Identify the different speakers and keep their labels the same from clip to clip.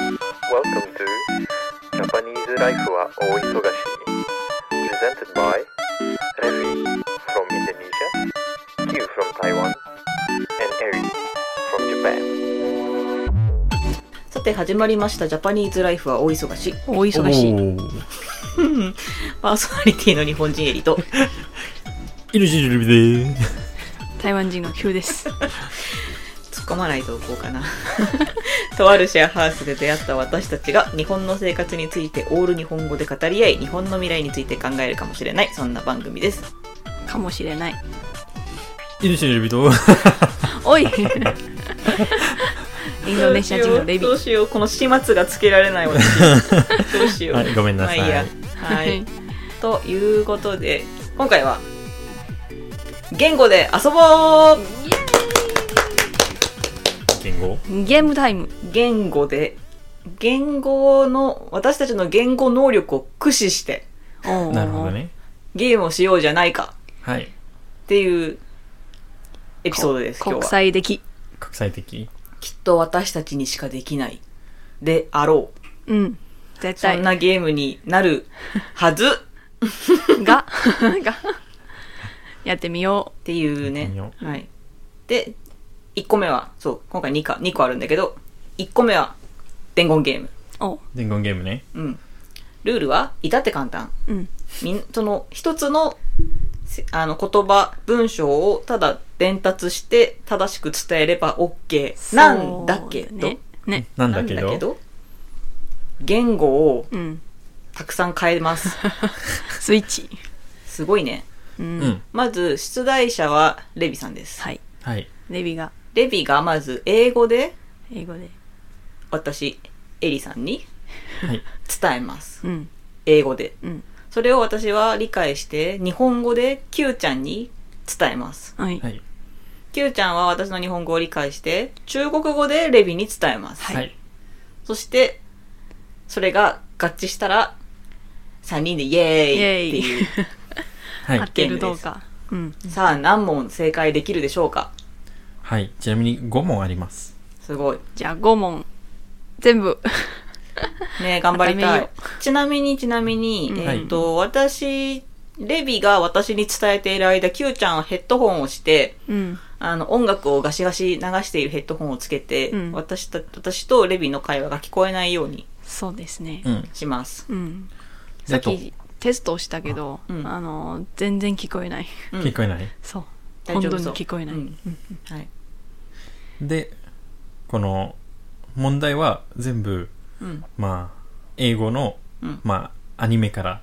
Speaker 1: Welcome to Japanese Life は大忙しに Presented by Revi from Indonesia, Q from Taiwan, and Eri from Japan
Speaker 2: さて始まりました「ジャパニーズライフは大忙し
Speaker 3: お忙しい。
Speaker 4: い。
Speaker 2: うん」パーソナリティの日本人エリ と
Speaker 4: イルシジルビで
Speaker 3: 台湾人の Q です。
Speaker 2: 突っ込まないとおこうかな とあるシェアハウスで出会った私たちが日本の生活についてオール日本語で語り合い日本の未来について考えるかもしれないそんな番組です
Speaker 3: かもしれない。
Speaker 4: す。イルシジルビと。
Speaker 3: おいインドネシア人のレビ
Speaker 2: どう
Speaker 3: ー。
Speaker 2: しようこの始末がつけられない私 どうしよう、
Speaker 4: はいごめんなさい
Speaker 2: まあいいやは
Speaker 3: はいい。
Speaker 2: ということで今回は言語で遊ぼう
Speaker 4: 言語
Speaker 3: ゲームタイム。
Speaker 2: 言語で言語の私たちの言語能力を駆使して
Speaker 3: おー
Speaker 4: なるほど。ね。
Speaker 2: ゲームをしようじゃないか
Speaker 4: はい。
Speaker 2: っていうエピソードです今
Speaker 3: 国
Speaker 2: 日は
Speaker 3: 際的。
Speaker 4: 国際的。
Speaker 2: きっと私たちにしかできないであろう
Speaker 3: うん。絶
Speaker 2: そ
Speaker 3: 対
Speaker 2: ん。なゲームになるはずっ
Speaker 3: が、が、やってみよ
Speaker 2: ていうね
Speaker 4: 見よ
Speaker 2: はいで1個目はそう今回2か2個あるんだけど1個目は伝言ゲーム
Speaker 3: う。おう。
Speaker 4: 伝言ゲームね。
Speaker 2: うんルールは至って簡単
Speaker 3: うん。
Speaker 2: みんその一つのせあの言葉文章をただ伝達して正しく伝えれば OK なんだけど、
Speaker 3: そうね。ね。
Speaker 4: なんだけど。
Speaker 2: 言語を
Speaker 3: うん。
Speaker 2: たくさん変えます
Speaker 3: スイッチ。
Speaker 2: すごいね
Speaker 3: う。
Speaker 4: うんん。
Speaker 2: まず出題者はレビさんです、
Speaker 3: はい。
Speaker 4: はい。
Speaker 3: レビーが
Speaker 2: レビがまず英語で
Speaker 3: 英語で。
Speaker 2: 私エリさんに
Speaker 4: はい。
Speaker 2: 伝えます
Speaker 3: うん。
Speaker 2: 英語で
Speaker 3: うん。
Speaker 2: それを私は理解して日本語で Q ちゃんに伝えます
Speaker 3: はい
Speaker 4: は。い。
Speaker 2: Q ちゃんは私の日本語を理解して、中国語でレビに伝えます。
Speaker 4: はい。
Speaker 2: そして、それが合致したら、3人でイエーイってい う。
Speaker 4: は
Speaker 3: 合っ
Speaker 4: い。
Speaker 3: てるどうか。うん。
Speaker 2: さあ、何問正解できるでしょうか
Speaker 4: はい。ちなみに5問あります。
Speaker 2: すごい。
Speaker 3: じゃあ5問。全部。
Speaker 2: ね頑張り
Speaker 3: 固
Speaker 2: た
Speaker 3: め
Speaker 2: い
Speaker 3: よ。
Speaker 2: ちなみに、ちなみに、
Speaker 3: うん
Speaker 2: えっ、と、私、レビが私に伝えている間、Q ちゃんはヘッドホンをして、
Speaker 3: うん。
Speaker 2: あの、音楽をガシガシ流しているヘッドホンをつけて、
Speaker 3: うん
Speaker 2: 私た私とレビの会話が聞こえないように
Speaker 3: そうですね。
Speaker 4: うん。
Speaker 2: します。
Speaker 3: うん。
Speaker 4: で
Speaker 3: さ
Speaker 4: あ
Speaker 3: っ
Speaker 4: と、
Speaker 3: きテストをしたけど、あ,、
Speaker 2: うん
Speaker 3: の、全然聞こえない。
Speaker 2: うん
Speaker 4: 聞こえない。
Speaker 3: そう。
Speaker 2: 大
Speaker 3: 本
Speaker 2: 丈
Speaker 3: 当
Speaker 2: 夫
Speaker 3: に
Speaker 2: そう
Speaker 3: 聞こえない。
Speaker 2: う
Speaker 3: うんん
Speaker 2: はい。
Speaker 4: で、この問題は全部、
Speaker 2: うん。
Speaker 4: まあ、英語の、
Speaker 2: うん
Speaker 4: まあ、アニメから、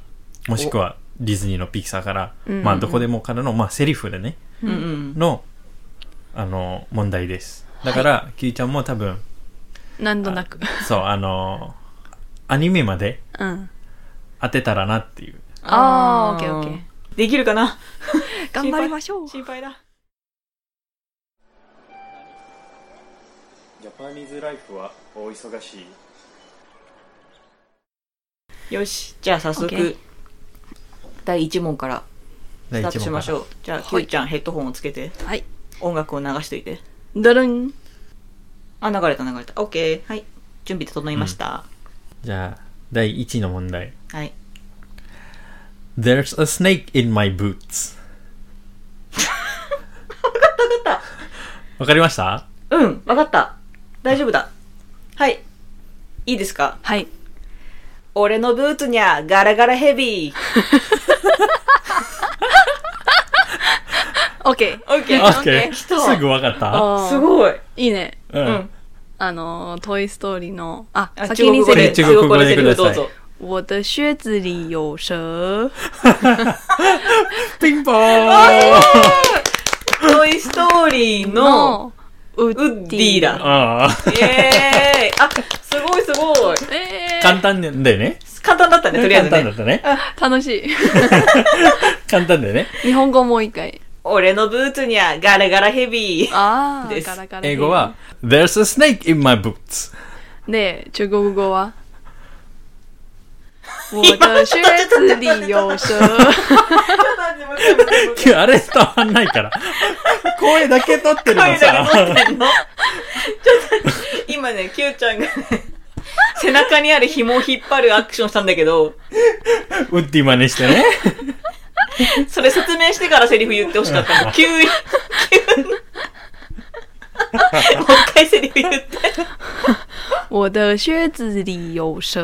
Speaker 4: もしくはディズニーのピクサーから、
Speaker 3: うん
Speaker 4: まあ、どこでもからの、まあ、セリフでね、
Speaker 2: うんうん。
Speaker 4: の、あの、問題です。だから、キイちゃんも多分、
Speaker 3: 何度なく。
Speaker 4: そう、あの、アニメまで
Speaker 3: うん。
Speaker 4: 当てたらなっていう。
Speaker 3: あー、オッケーオッケー。
Speaker 2: できるかな
Speaker 3: 頑張りましょう。
Speaker 2: 心配だ。
Speaker 1: ジャパニーズライフは大忙しい
Speaker 2: よし。じゃあ早
Speaker 3: オッケー
Speaker 2: 速、第1問からス
Speaker 4: 第
Speaker 2: タートしましょ
Speaker 4: う。
Speaker 2: う。じゃあ、
Speaker 3: い
Speaker 2: きゅうちゃんヘッドホンをつけて、
Speaker 3: はい。
Speaker 2: 音楽を流しといて。
Speaker 3: ドルン。
Speaker 2: あ、流れた流れた。オッケー。はい。準備整いました。
Speaker 4: じゃあ、第1の問題。
Speaker 2: はい。
Speaker 4: There's a snake in my boots. わかりました
Speaker 2: うん、わかった。大丈夫だ。はい。いいですか
Speaker 3: はい。
Speaker 2: 俺のブーツにゃガラガラヘビー。
Speaker 3: オッケー。
Speaker 2: オッケー。
Speaker 4: オッケー。
Speaker 2: 来
Speaker 4: す
Speaker 2: た
Speaker 4: ぐわかった
Speaker 3: あー
Speaker 2: すごい。
Speaker 3: いいね。
Speaker 4: う
Speaker 2: うんん。。
Speaker 3: あのー、トイストーリーの、あ、
Speaker 2: あ
Speaker 3: 先にセ
Speaker 4: で
Speaker 3: リ
Speaker 4: 中
Speaker 3: フ。
Speaker 4: 国語で
Speaker 2: 中国
Speaker 4: ください
Speaker 2: どうぞ。
Speaker 3: 我的靴子里有蛇。
Speaker 4: ピンポーン
Speaker 2: トイストーリーの、
Speaker 3: の、ウ
Speaker 2: ウッディだ。
Speaker 4: ああ。
Speaker 2: イエーイあ、すごいすごい。
Speaker 3: え
Speaker 4: 簡単でね。
Speaker 2: 簡単だったね、とりあえず
Speaker 4: 簡単だ
Speaker 2: ね。
Speaker 4: っ たね。
Speaker 3: ー、楽しい。
Speaker 4: 簡単でね。
Speaker 3: 日本語もう一回。
Speaker 2: 俺のブーツにはガラガラヘビー。
Speaker 3: あ
Speaker 2: で
Speaker 3: ー、
Speaker 2: す
Speaker 3: ガラガラ。
Speaker 4: 英語は、There's a snake in my boots.
Speaker 3: で、中国語は我的靴子里有蛇。
Speaker 4: いやあれ伝わんないから。声だけ取ってるの
Speaker 2: 声だけ
Speaker 4: さ。
Speaker 2: 取ってんのちょっと、今ね、キューちゃんがね、背中にある紐を引っ張るアクションしたんだけど、
Speaker 4: ウッディ真似してね。
Speaker 2: それ説明してからセリフ言ってほしかったの。急に、急 に。もう一回セリフ言って。
Speaker 3: 我的靴子里有蛇。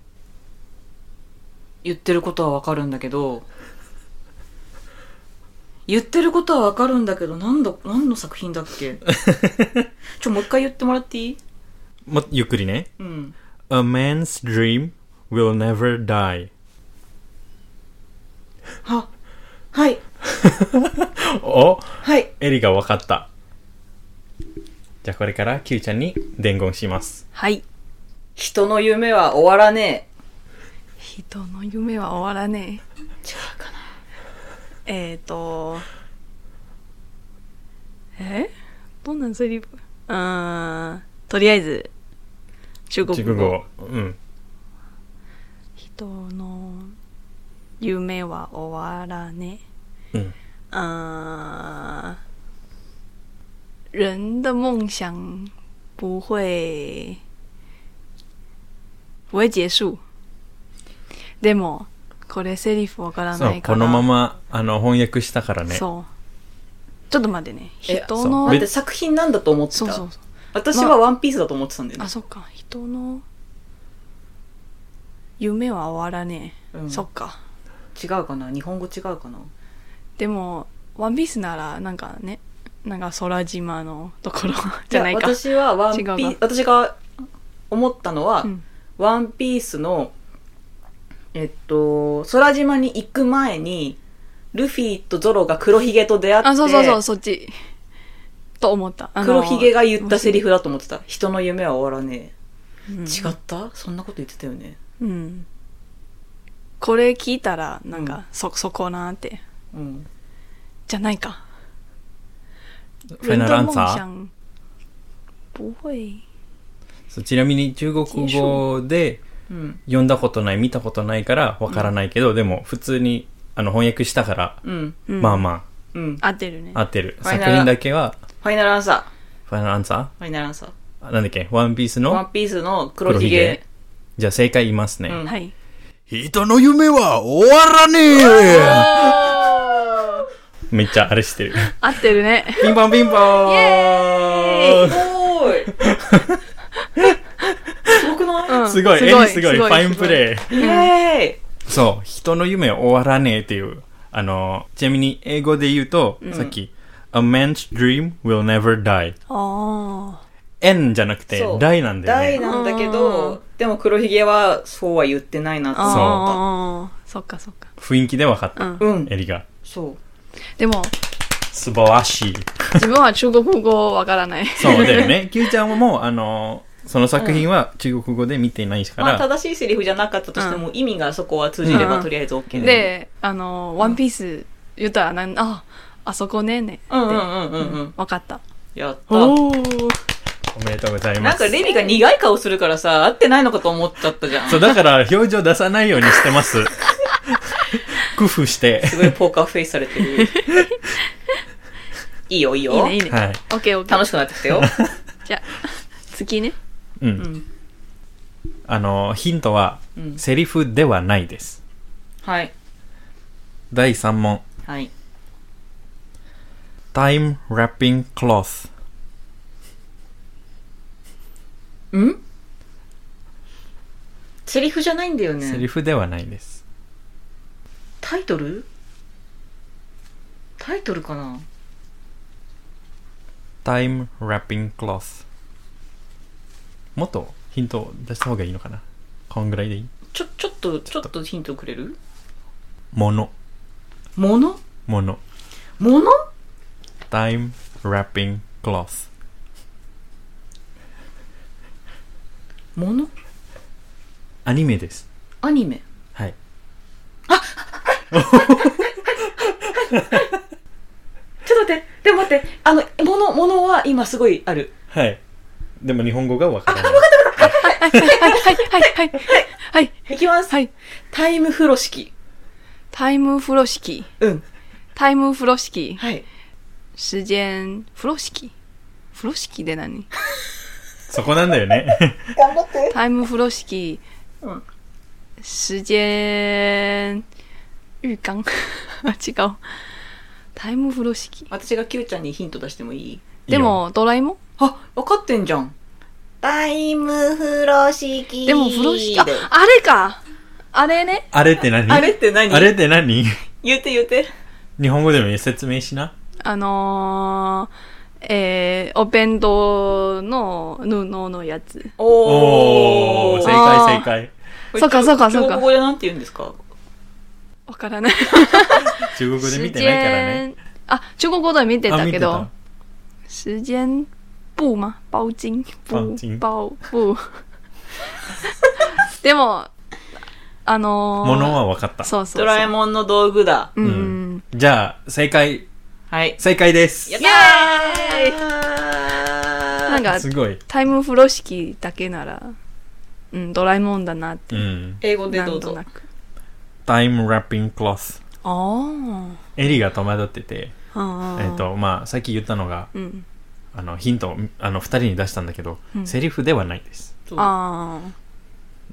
Speaker 2: 言ってることはわかるんだけど、言ってることはわかるんだけど、なんだ、何の作品だっけちょ、もう一回言ってもらっていい
Speaker 4: もゆっくりね。
Speaker 2: うん。
Speaker 4: A man's dream will never die.
Speaker 2: は、はい、
Speaker 4: お
Speaker 2: はい。
Speaker 4: エリが分かった。じゃあこれから Q ちゃんに伝言します。
Speaker 3: はい。
Speaker 2: 人の夢は終わらね
Speaker 3: 人の夢は終わらね
Speaker 2: え。違うかな。
Speaker 3: え。えーと。えどんなセリフうーん。とりあえず、中国
Speaker 4: 中
Speaker 3: 語。
Speaker 4: 国語。うん。
Speaker 3: 人の夢は終わらね
Speaker 4: うん。
Speaker 3: え。うーん。人的梦想不会不会结束。でも、これセリフわから
Speaker 4: そ
Speaker 3: な
Speaker 4: う、
Speaker 3: いか
Speaker 4: こ
Speaker 3: ら。
Speaker 4: のまま、あの、翻訳したからね。
Speaker 3: そう。ちょっと待ってね。
Speaker 2: え
Speaker 3: 人の
Speaker 4: そう
Speaker 2: 待って、作品なんだと思ってた。
Speaker 3: そうそうそう。
Speaker 2: 私はワンピースだと思ってたんだよ
Speaker 3: あ、
Speaker 2: ね。
Speaker 3: そっか。人の夢は終わらねえ。
Speaker 2: うん
Speaker 3: そっか。
Speaker 2: 違うかな日本語違うかな
Speaker 3: でも、ワンピースなら、なんかね、なんか空島のところ じゃない
Speaker 2: い
Speaker 3: か
Speaker 2: や。私はワンピ
Speaker 3: 違
Speaker 2: ー
Speaker 3: う
Speaker 2: ス、私が思ったのは、
Speaker 3: うん
Speaker 2: ワンピースの、えっと、空島に行く前に、ルフィとゾロが黒ひげと出会って、
Speaker 3: あ、そうそうそう、そっち。と思った。あの
Speaker 2: 黒ひげが言ったセリフだと思ってた。人の夢は終わらね
Speaker 3: うん
Speaker 2: え。違ったそんなこと言ってたよね。
Speaker 3: うん。これ聞いたら、なんか、そ、そこなーって。
Speaker 2: うん。
Speaker 3: じゃないか。
Speaker 4: ファイナルアンサー
Speaker 3: ー不会。
Speaker 4: そうちなみに中国語で
Speaker 2: うん。
Speaker 4: 読んだことない、見たことないからわからないけど、でも普通にあの翻訳したから、
Speaker 2: うん。
Speaker 3: うん
Speaker 4: まあま
Speaker 2: うん。
Speaker 3: 合ってるね
Speaker 4: あ、合。ってる。
Speaker 2: ファイ
Speaker 4: 作
Speaker 2: ナル
Speaker 4: 品だけは、
Speaker 2: ファイナルアンサ
Speaker 4: ファイナルアンサ
Speaker 2: ー。ファイナルアンサー。
Speaker 4: ーなんだっけワンピース
Speaker 2: ワ
Speaker 4: の
Speaker 2: ンピースの黒ひげ。
Speaker 4: じゃあ正解言いますね。
Speaker 2: うん
Speaker 3: はい。
Speaker 4: 人の夢は終わらねえめっちゃあれしてる。
Speaker 3: 合ってるね。
Speaker 4: ピンポンピンポーン
Speaker 2: おーいすごくない、
Speaker 3: うん
Speaker 4: すごい、
Speaker 3: す
Speaker 4: え
Speaker 3: ごい
Speaker 4: ーすご
Speaker 3: す
Speaker 4: い、フ
Speaker 3: ごい
Speaker 4: ァインプレイ。
Speaker 2: イエ
Speaker 4: そう、人の夢は終わらねえっていう。あの、ちなみに英語で言うと、さっき、A man's dream will never die。
Speaker 3: ああ。
Speaker 4: N じゃなくて
Speaker 2: そう、
Speaker 4: die なん
Speaker 2: ーイ
Speaker 4: だよね。
Speaker 2: 大なんだけ
Speaker 3: うん
Speaker 2: ど、でも黒ひげはそうは言ってないなって思っ
Speaker 3: ああ。そっかそっか。
Speaker 4: 雰囲気で分かっ
Speaker 3: う
Speaker 4: た。
Speaker 3: ん
Speaker 2: た。。うん
Speaker 4: エ。リが。
Speaker 2: そう。
Speaker 3: でも、
Speaker 4: 素晴らしい。
Speaker 3: 自分は中国語わからない。
Speaker 4: そうだよね。キューちゃんも、あの、その作品は中国語で見ていないか
Speaker 2: まあ
Speaker 4: ら、
Speaker 2: 正しいセリフじゃなかったとしても、意味がそこは通じればとりあえず OK で。
Speaker 3: で、あの、ワンピース言ったらなん、あ、あそこねね。
Speaker 2: うんうんうんうんうん。
Speaker 3: わかった。
Speaker 2: やった。
Speaker 4: おおめでとうござい
Speaker 2: な
Speaker 4: ま
Speaker 2: んか
Speaker 4: す。
Speaker 2: レミが苦い顔するからさ、合ってないのかと思っちゃったじゃん。
Speaker 4: そう、
Speaker 2: す
Speaker 4: だから表情出さないようにしてます。工夫して。
Speaker 2: ごいポーカーフェイスされてる。いいよいいよ。
Speaker 3: いいねいいね。
Speaker 4: はい
Speaker 3: オッケーオッケー。
Speaker 2: 楽しくなってきたよ。
Speaker 3: じゃあ、次ね。
Speaker 4: うん。
Speaker 2: ん
Speaker 4: あの、ヒントは、
Speaker 2: うん
Speaker 4: セリフではないです。
Speaker 2: はい。
Speaker 4: 第3問。
Speaker 2: はい。
Speaker 4: Time wrapping cloth.
Speaker 2: んセリフじゃないんだよ
Speaker 4: セリ
Speaker 2: ね。
Speaker 4: フではないです。
Speaker 2: タイトルタイトルかな
Speaker 4: Time wrapping cloth. もっとヒント出した方がいいのかなこんぐらいでいい
Speaker 2: ちょ、ちょっと、ちょっとヒントくれる
Speaker 4: もの。
Speaker 2: もの
Speaker 4: もの。
Speaker 2: もの
Speaker 4: Time wrapping cloth.
Speaker 2: もの
Speaker 4: アニメです。
Speaker 2: アニメ
Speaker 4: はい。
Speaker 2: ちょっと待ってでも待ってあのものものは今すごいある
Speaker 4: はい。でも日本語がわからない。
Speaker 3: はい、はい、はい、はい、はい、はい、
Speaker 2: いきます、
Speaker 3: はい。
Speaker 2: タイム風呂敷
Speaker 3: タイム風呂敷。
Speaker 2: うん
Speaker 3: タイム風呂敷。
Speaker 2: はい
Speaker 3: 時間風呂敷。風呂敷で何
Speaker 4: そこなんだ よね。
Speaker 2: 頑張って
Speaker 3: タイム風呂敷。
Speaker 2: うん
Speaker 3: 時間、浴缸。 あ、違う。タイム風呂敷。
Speaker 2: 私が Q ちゃんにヒント出してもいい
Speaker 3: でも、ドラえもん
Speaker 2: あ分かってんじゃんタイム風呂敷
Speaker 3: でも風呂敷。あ
Speaker 2: だよ、
Speaker 3: あれかあれね。
Speaker 4: あれって何
Speaker 2: あれって何
Speaker 4: あれって何
Speaker 2: 言うて言うて
Speaker 4: 日本語でもいい説明しな。
Speaker 3: あのー、えー、お弁当の布のやつ。
Speaker 4: おー、正解正解。
Speaker 2: これ
Speaker 3: そうかそうかそうか
Speaker 2: 中国語でなんて言うんですか
Speaker 3: わからない。
Speaker 4: 中国語で見てないからね。
Speaker 3: 時間。あ、中国語では見て
Speaker 4: あ
Speaker 3: た
Speaker 4: 見
Speaker 3: け
Speaker 4: て
Speaker 3: ど
Speaker 4: た。
Speaker 3: 時間布吗？包巾
Speaker 4: 包
Speaker 3: 布
Speaker 4: 巾
Speaker 3: 包布。 でもあのー、
Speaker 4: ものはわかった。
Speaker 3: そうそうそう
Speaker 2: ドラえもんの道具だ
Speaker 3: うん、
Speaker 4: うんじゃあ、正解、
Speaker 2: はい
Speaker 4: 正解です
Speaker 2: やっ。
Speaker 3: イエ
Speaker 2: たー
Speaker 3: なんか
Speaker 4: すごい。
Speaker 3: タイム風呂敷だけならうんドラえもんだなって、
Speaker 4: うん。
Speaker 2: 英語で
Speaker 3: な
Speaker 2: どうん
Speaker 3: と
Speaker 2: ぞ
Speaker 3: なく
Speaker 4: タイムラッピングクロス。
Speaker 3: あ
Speaker 4: エリが戸惑ってて、
Speaker 3: ーあ
Speaker 4: えっ、と、まあ、さっき言ったのが、
Speaker 3: うん
Speaker 4: あの、ヒントを、あの、二人に出したんだけど、
Speaker 3: うん
Speaker 4: セリフではないです。
Speaker 2: そう
Speaker 3: ああ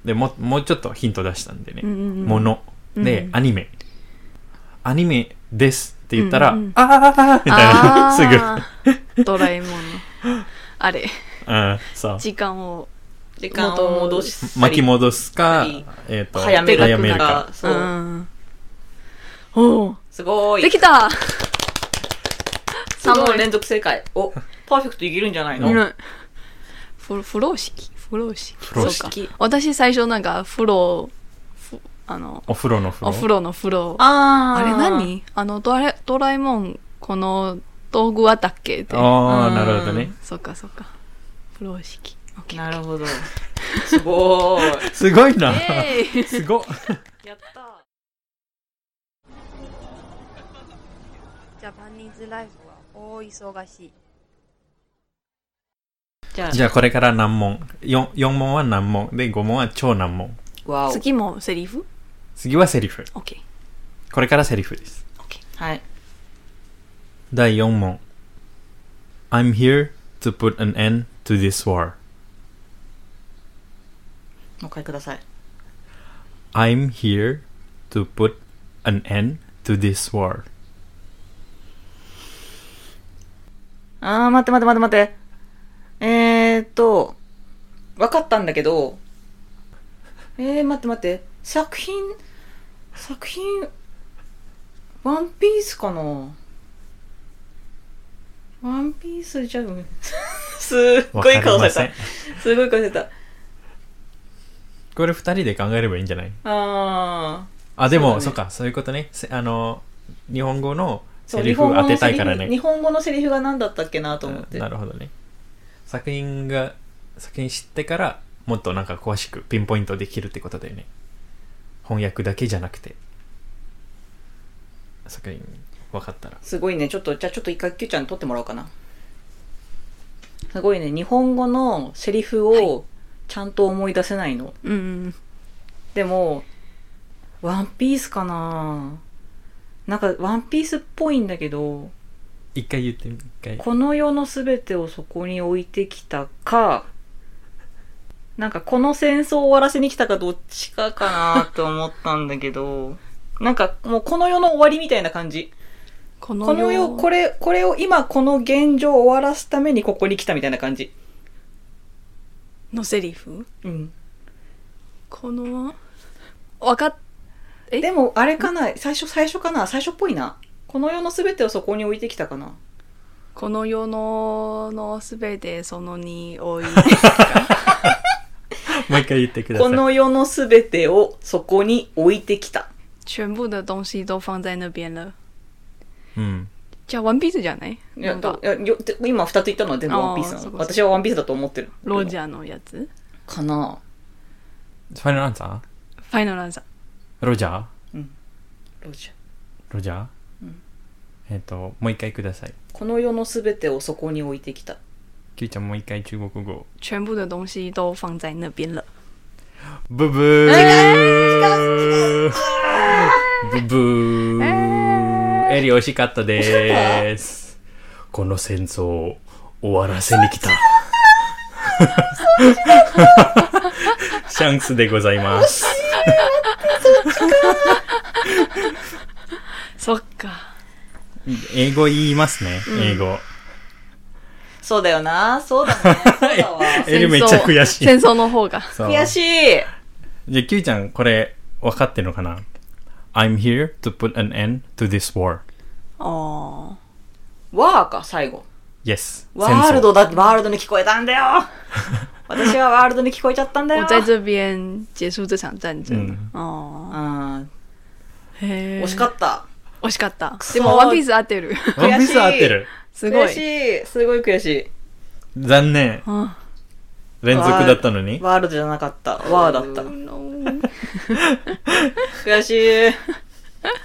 Speaker 4: でも、もうちょっとヒント出したんでね。
Speaker 3: うんうんうん
Speaker 4: もの。で、
Speaker 3: うん
Speaker 4: アニメ。アニメですって言ったら、
Speaker 3: うんうん
Speaker 4: ああみたいな、 すぐ。
Speaker 3: ぐドラえもんのあれ
Speaker 4: うん、そう。
Speaker 3: 時間を
Speaker 2: 時間を戻した
Speaker 4: 巻き
Speaker 2: り
Speaker 4: 戻すか
Speaker 2: やっぱ、
Speaker 4: えっ、と、
Speaker 2: 早める
Speaker 4: 早める
Speaker 2: か
Speaker 4: か。
Speaker 2: そう、
Speaker 3: ん、おお
Speaker 2: すごい
Speaker 3: できた
Speaker 2: 3
Speaker 3: すご
Speaker 2: 問
Speaker 3: い
Speaker 2: 連続正解おパーフェクトいけるんじゃないの、
Speaker 4: うん
Speaker 3: うんふ風呂敷風呂敷
Speaker 4: 風呂敷
Speaker 3: そうか私最初なんか風呂ふあの
Speaker 4: お風呂の風呂。
Speaker 3: お風呂の風呂あ
Speaker 2: あー
Speaker 3: れ何あのドラドラえもんこの道具はだっけって
Speaker 4: ああ、
Speaker 2: うん
Speaker 4: なるほどね。
Speaker 3: そっかそっか風呂敷オッケー
Speaker 2: なるほどすごーい
Speaker 4: すごいな。
Speaker 3: イェーイ
Speaker 4: すごっ。
Speaker 2: やった
Speaker 5: ジャパニーズライフは大忙しい。
Speaker 2: じゃあ
Speaker 4: じゃあこれから何問 4, 四問は難問で5問は超難問
Speaker 2: わお
Speaker 3: 次もセリフ
Speaker 4: 次はセリフ
Speaker 3: オッケー
Speaker 4: これからセリフです
Speaker 2: はい
Speaker 4: 第4問 I'm here to put an end to this war
Speaker 2: もう一回ください
Speaker 4: I'm here to put an end to this war
Speaker 2: あー、待って待って待って待って。えーっと、わかったんだけど、えー、待って待って。作品、作品、ワンピースかなワンピースじゃ、うん すっご
Speaker 4: わか
Speaker 2: い
Speaker 4: り
Speaker 2: 顔
Speaker 4: ま
Speaker 2: せ
Speaker 4: せん
Speaker 2: た。すごい顔せた。
Speaker 4: これ2人で考えればいいんじゃない
Speaker 2: あ
Speaker 4: あでもそ,、
Speaker 2: そうう
Speaker 4: かそういうことねせあの日本語の
Speaker 2: ー。
Speaker 4: セリフを当てたいから
Speaker 2: 日
Speaker 4: ね
Speaker 2: 本語のセリフ日本語のセリフが何だったっけなと思っ
Speaker 4: う
Speaker 2: て。
Speaker 4: んなるほどね作品が作品知ってからもっとなんか詳しくピンポイントできるってことだよね翻訳だけじゃなくて作品分かったら
Speaker 2: すごいね。ちょっと、じゃあちょっと一回キューちゃんに撮ってもらおうかな。すごいね。日本語のセリフをちゃんと思い出せないの。
Speaker 3: うん
Speaker 2: でも、ワンピースかななんか、ワンピースっぽいんだけど、
Speaker 4: 一回言ってみ一 回
Speaker 2: この世のすべてをそこに置いてきたか、なんかこの戦争を終わらせに来たかどっちかかなと思ったんだけど、なんかもうこの世の終わりみたいな感じ。
Speaker 3: この
Speaker 2: この世、これ、これを今この現状を終わらすためにここに来たみたいな感じ。
Speaker 3: のセリフ
Speaker 2: うん。
Speaker 3: このわかっえ
Speaker 2: でも、あれかな最初、最初かな最初っぽいな。この世のすべてをそこに置いてきたかな
Speaker 3: この世ののすべてそのに 多い
Speaker 4: もう一回言ってくださ
Speaker 2: こ
Speaker 4: い
Speaker 2: の世のすべてをそこに置いてきた。
Speaker 3: 全部的东西都放在那边了。
Speaker 4: うん
Speaker 3: じゃあワンピースじゃない
Speaker 2: いや
Speaker 3: なんか
Speaker 2: いやよ今二つ言ったのは全部ワンピース
Speaker 3: あー
Speaker 2: な
Speaker 3: そう
Speaker 2: の。
Speaker 3: かそうか
Speaker 2: 私はワンピースだと思ってる。
Speaker 3: ロジャーのやつ
Speaker 2: かな
Speaker 4: ファイナルアンサ
Speaker 3: ファイナルアンサー。
Speaker 4: ーロジャー
Speaker 2: ロジャー
Speaker 4: ロジャー、
Speaker 2: うん
Speaker 4: えっ、と、もう一回ください。
Speaker 2: この世のすべてをそこに置いてきた
Speaker 4: キューちゃんもう一回中国語。
Speaker 3: 全部的东西都放在那边了。
Speaker 4: ブブーブブーエリ惜しかったです。この戦争を終わらせに来た。チャンスでございます。
Speaker 3: そっか。
Speaker 4: 英語言いますね、英語。
Speaker 2: そうだよなそうだ ねそうだわ
Speaker 4: エリめっちゃ悔しい。
Speaker 3: 戦争の方が。
Speaker 4: そう
Speaker 2: 悔しい
Speaker 4: じゃあ、キューちゃん、これ、分かってるのかな ?I'm here to put an end to this war.Yes.
Speaker 3: あ
Speaker 2: ワーか最後ワ
Speaker 4: 戦争
Speaker 2: ールドだワールドに聞こえたんだよ私はワールドに聞こえちゃったんだ
Speaker 3: あ。
Speaker 2: よ
Speaker 3: 我在这边结束这场战争。
Speaker 2: う
Speaker 3: あ
Speaker 2: ん
Speaker 3: あ。へえ。
Speaker 2: 惜しかった
Speaker 3: 惜しかった
Speaker 2: そ。
Speaker 3: でも、ワンピース合 ってる。
Speaker 4: ワンピース合ってる。
Speaker 3: すご
Speaker 2: 悔
Speaker 3: い。
Speaker 2: しいすごい悔しい
Speaker 4: 残念。
Speaker 3: あ
Speaker 4: 連続だったのに。
Speaker 2: ワールドじゃなかったワーだった
Speaker 3: ー
Speaker 2: 悔し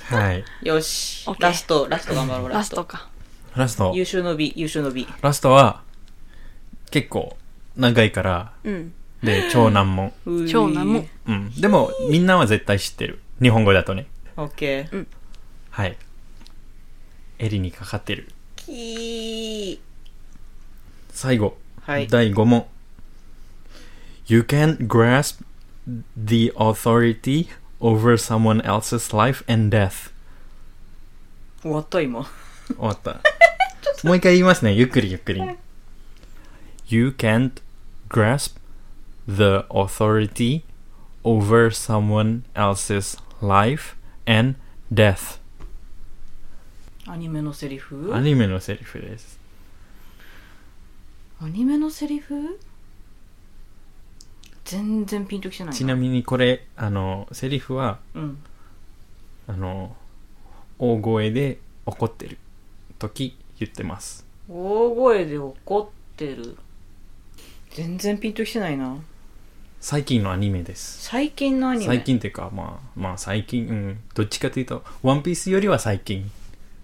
Speaker 4: はい。
Speaker 2: いよし
Speaker 3: OK
Speaker 2: ラストラスト頑張ろう
Speaker 3: ラ
Speaker 2: ラ
Speaker 3: ス
Speaker 2: ス
Speaker 3: ト
Speaker 2: ト
Speaker 3: か。
Speaker 4: ラスト
Speaker 2: 優。秀の美優秀の美
Speaker 4: ラストは、結構、長いから、
Speaker 3: うん。
Speaker 4: で、超難問。
Speaker 2: うい
Speaker 3: 長男 も
Speaker 4: うん。でも、みんなは絶対知ってる。日本語だとね。
Speaker 2: オッケー
Speaker 4: はい。エリにかかってる。
Speaker 2: キ
Speaker 4: 最後。
Speaker 2: ーはい
Speaker 4: 第5問 You can grasp the authority over someone else's life and death
Speaker 2: 終わった今
Speaker 4: 終わったもう一回言いますねゆっくりゆっくり You can't grasp the authority over someone else's life and death
Speaker 2: アニメのセリフ
Speaker 4: アニメのセリフです
Speaker 2: アニメのセリフ全然ピンときてない
Speaker 4: ちなみにこれあのセリフは
Speaker 2: にうん
Speaker 4: あの大声で怒ってる時言ってます
Speaker 2: 大声で怒ってる全然ピンときてないな
Speaker 4: 最近のアニメです
Speaker 2: 最近のアニメ
Speaker 4: 最近っていうかまあまあ最近うんどっちかというと「ワンピースよりは最近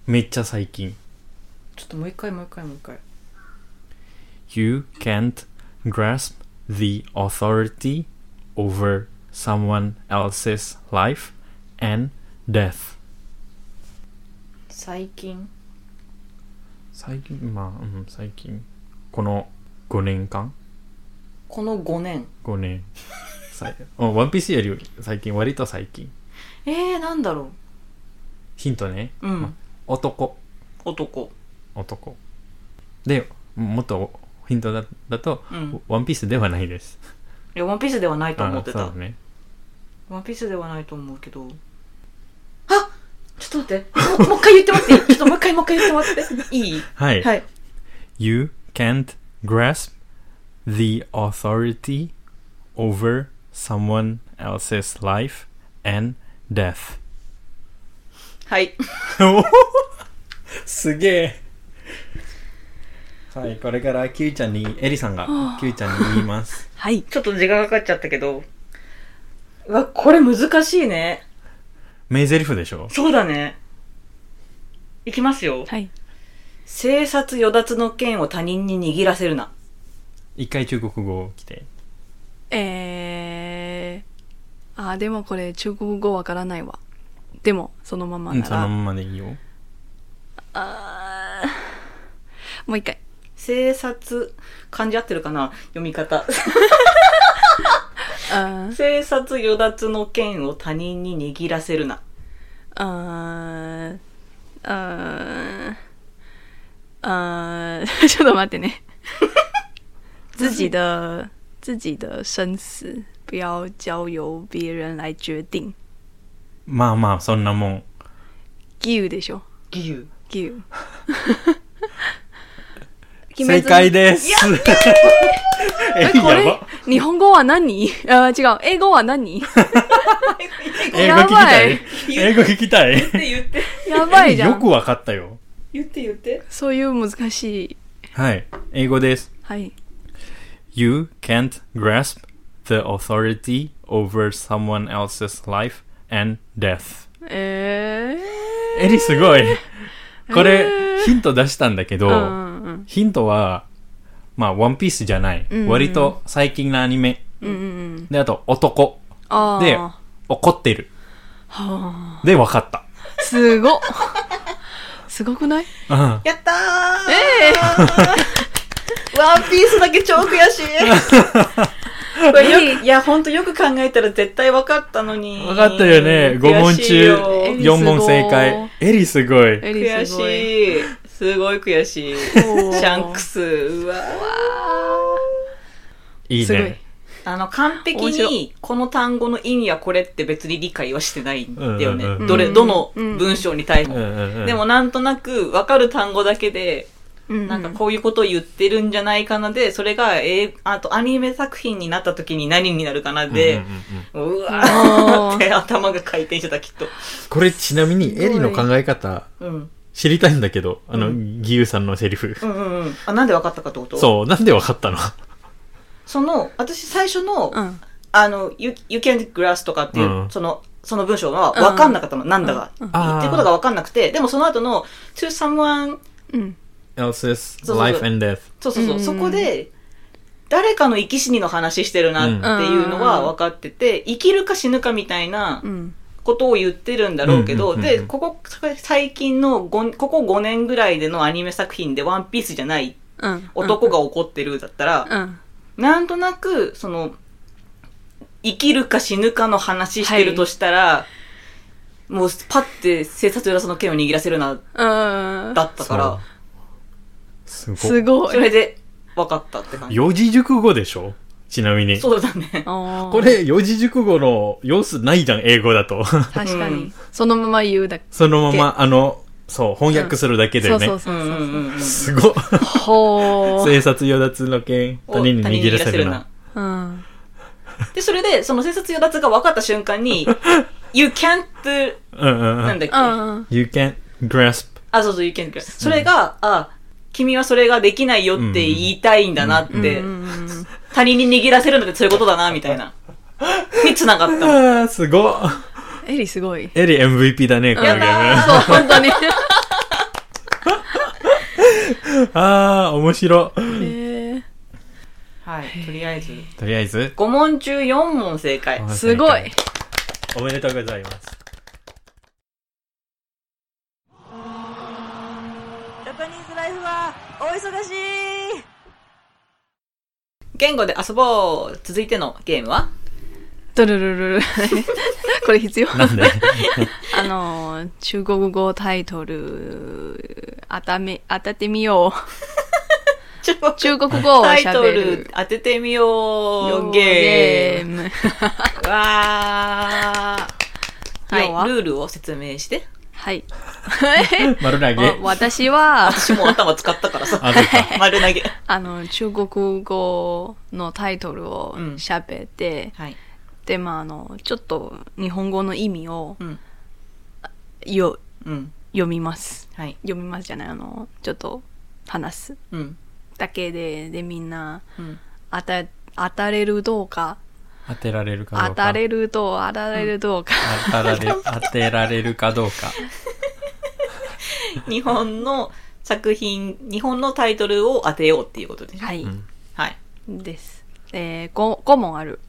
Speaker 4: めっちゃ最近
Speaker 2: ちょっともう一回もう一回もう一回
Speaker 4: You can't grasp the authority over someone else's life and death
Speaker 2: 最近
Speaker 4: 最近まあうん最近この5年間
Speaker 2: この5年
Speaker 4: 5年さ いうんワンピースより最近割と最近
Speaker 2: えー、なんだろ
Speaker 4: ヒントね
Speaker 2: ううん、
Speaker 4: ま男
Speaker 2: 男
Speaker 4: 男でもっとヒントだだと、
Speaker 2: うん
Speaker 4: ワンピースではないです
Speaker 2: いやワンピースではないと思って
Speaker 4: あ
Speaker 2: た
Speaker 4: そうね
Speaker 2: ワンピースではないと思うけどあちょっと待ってももう一 回言ってもらっていいちょっともう一回もう一回言ってもらって いい
Speaker 4: はい、
Speaker 2: はい
Speaker 4: You can't grasp the authority over someone else's life and death
Speaker 2: はい
Speaker 4: すげえはいこれからキュウちゃんにエリさんがキュウちゃんに言います
Speaker 3: はい。
Speaker 2: ちょっと時間かかっちゃったけどうわこれ難しいね
Speaker 4: 名台詞でしょ
Speaker 2: そうだねいきますよ
Speaker 3: はい。
Speaker 2: 生殺与奪の剣を他人に握らせるな
Speaker 4: 一回中国語来て
Speaker 3: えー。あー、でもこれ中国語わからないわ。でも、そのまま
Speaker 4: うん
Speaker 3: な
Speaker 4: その
Speaker 3: ら。
Speaker 4: ままでいいよ
Speaker 3: あーもう一回。
Speaker 2: 生殺漢字合ってるかな読み方
Speaker 3: あー
Speaker 2: 生殺与奪の剣を他人に握らせるな
Speaker 3: あーあーあー ちょっと待って ね。自己的自己的生死不要交由别人来决定。
Speaker 4: まあまあそんなもん
Speaker 3: 義勇でしょ。
Speaker 2: 義勇
Speaker 3: 義 勇。
Speaker 4: 正解です。 え
Speaker 3: え、これ日本語は何 あー違う。英語は何
Speaker 4: 英語聞きたい。英語聞きたい。
Speaker 2: 言って
Speaker 3: やばいじゃ
Speaker 4: よく
Speaker 3: ん。
Speaker 4: わかったよ。
Speaker 2: 言って言って
Speaker 3: そういう難しい。
Speaker 4: はい。英語です。
Speaker 3: はい。
Speaker 4: You can't grasp the authority over someone else's life and death
Speaker 3: えー、
Speaker 4: エリすごいこれ、
Speaker 3: えー
Speaker 4: ヒント出したんだけど、
Speaker 3: うんうん
Speaker 4: ヒントはまあワンピースじゃない、
Speaker 3: うん
Speaker 4: 割と最近のアニメ
Speaker 3: うんうんうん
Speaker 4: であと男
Speaker 3: あー
Speaker 4: で怒ってる
Speaker 3: は
Speaker 4: で分かった
Speaker 3: あすごっすごくない
Speaker 4: うん
Speaker 2: やったー
Speaker 3: え
Speaker 2: ワンピースだけ超悔しい。これよくいや、ほんとよく考えたら絶対分かったのに。
Speaker 4: 分かったよね5問
Speaker 2: 悔しい
Speaker 4: 中
Speaker 2: よ
Speaker 3: え
Speaker 4: 4問正解エリすごい
Speaker 3: えり
Speaker 2: 悔
Speaker 3: すごい
Speaker 2: しい。すごい悔しい。シ
Speaker 3: おー
Speaker 2: ャンクス。うわ
Speaker 4: いい
Speaker 3: すごい
Speaker 4: ね
Speaker 2: あの、完璧
Speaker 3: 面白
Speaker 2: に、この単語の意味はこれって別に理解はしてないんだよ
Speaker 4: うんうんう
Speaker 2: ね。
Speaker 4: ん
Speaker 2: どれ、どの
Speaker 3: うん
Speaker 2: 文章に対し
Speaker 4: う
Speaker 2: て
Speaker 4: ん
Speaker 2: も。
Speaker 4: うんうん
Speaker 2: でもなんとなく分かる単語だけで、
Speaker 3: うん
Speaker 2: なんかこういうことを言ってるんじゃないかなで、それが、えーあとアニメ作品になった時に何になるかなで、
Speaker 4: うんうんうん
Speaker 2: う
Speaker 4: うん
Speaker 2: わ
Speaker 3: あ
Speaker 2: ー
Speaker 3: ー
Speaker 2: って頭が回転してたきっと。
Speaker 4: これちなみに
Speaker 3: ごい
Speaker 4: エリの考え方
Speaker 2: うん。
Speaker 4: 知りたいんだけどあの、
Speaker 2: う
Speaker 4: 義勇さんのセリフ
Speaker 2: うんうんうん。あ、なんで分かったかってことう。
Speaker 4: そうなんで分かったの
Speaker 2: その、私最初の、
Speaker 3: うん
Speaker 2: あの、you, you can't grass とかっていう、
Speaker 4: うん
Speaker 2: その、その文章は分かんなかったの、なんだが。
Speaker 3: うん
Speaker 4: あー
Speaker 2: っていうことが分かんなくて、でもその後の、to someone
Speaker 3: うん、
Speaker 4: else's
Speaker 2: そうそう
Speaker 4: life and death
Speaker 2: そうそうそう、
Speaker 3: うん
Speaker 2: そこで、誰かの生き死にの話してるなっていうのは分かってて、生きるか死ぬかみたいな
Speaker 3: うん、
Speaker 2: ことを言ってるんだろうけど、
Speaker 4: うんうんうんうん
Speaker 2: で、ここ、最近のご、ここ5年ぐらいでのアニメ作品でワンピースじゃない
Speaker 3: うん、
Speaker 2: 男が怒ってるだったら、
Speaker 3: うん、
Speaker 2: なんとなく、その、生きるか死ぬかの話してるとしたら、もうパッて生殺浦さんの剣を握らせるな、
Speaker 3: うん、
Speaker 2: だったから、
Speaker 4: そうすご
Speaker 3: す
Speaker 4: い
Speaker 3: ご
Speaker 2: そ
Speaker 3: い。
Speaker 2: れで分かったって感じ。
Speaker 4: 四字熟語でしょちなみに
Speaker 2: そうだね。
Speaker 3: こ
Speaker 4: こ、れ四字熟語の様子ないじゃん英語だと
Speaker 3: 確か
Speaker 2: うん
Speaker 3: に。そのまま言うだけ。
Speaker 4: そのままあのそう翻訳するだけでね、
Speaker 3: そうそう
Speaker 2: うんう
Speaker 3: そう
Speaker 2: ん
Speaker 3: そ
Speaker 2: う
Speaker 3: う。
Speaker 2: んうん。
Speaker 4: すごい
Speaker 3: ほー。
Speaker 4: 生殺与奪の剣他人に握らせるな。
Speaker 3: うん。
Speaker 2: で、それで、その生殺与奪が分かった瞬間に、you can't,
Speaker 4: うんうんう
Speaker 2: なん
Speaker 4: ん
Speaker 2: だっけ、
Speaker 3: うん。
Speaker 4: You can't grasp
Speaker 2: あ、そうそう、you can't それが、あ、君はそれができないよって言いたいんだなって、
Speaker 3: うん
Speaker 2: 他人に握らせるのってそういうことだな、みたいな。に繋がったの。
Speaker 4: あーすごい
Speaker 3: エリすごい。
Speaker 4: エリ MVP だねこのゲーム
Speaker 3: そう、本当に。
Speaker 4: あー面白
Speaker 3: えー
Speaker 2: はい、とりあえず。
Speaker 4: とりあえず
Speaker 2: 5問中4問正解。
Speaker 3: すごい。
Speaker 4: おめでとうございます
Speaker 5: ジャパニーズライフはお忙しい
Speaker 2: 言語で遊ぼう続いてのゲームは
Speaker 3: ドルルルル。 これ必要
Speaker 4: なんで
Speaker 3: あの、中国語タイトル、当ため、当ててみよ
Speaker 2: 中国
Speaker 3: う。中国語を
Speaker 2: タイトル
Speaker 3: 喋る。
Speaker 2: 当ててみよう
Speaker 3: ゲ
Speaker 2: ゲー
Speaker 3: ーム。
Speaker 2: ム。わー。
Speaker 3: はい
Speaker 2: はい、ルールを説明して。
Speaker 3: はい。
Speaker 4: 丸投げ
Speaker 3: わ私は、
Speaker 2: 私も頭使ったからさ。
Speaker 4: あそっか
Speaker 2: 丸投げ。
Speaker 3: あの、中国語のタイトルを
Speaker 2: うん
Speaker 3: 喋って、
Speaker 2: はい。
Speaker 3: で、まあ、あの、ちょっと日本語の意味を
Speaker 2: うん。
Speaker 3: よ
Speaker 2: うん。
Speaker 3: 読みます。
Speaker 2: はい。
Speaker 3: 読みますじゃない、あの、ちょっと話す
Speaker 2: うん。
Speaker 3: だけで、で、みんな、
Speaker 2: うん。
Speaker 3: 当た、当たれるどうか、
Speaker 4: 当てられるかどうか
Speaker 3: 当たれると、当たれるどうか、
Speaker 4: 当たられ当てられるかどうか
Speaker 2: 日本の作品、日本のタイトルを当てようっていうことでしょ。
Speaker 3: はい、
Speaker 4: うん
Speaker 2: はい。
Speaker 3: です。えー、5, 5問ある。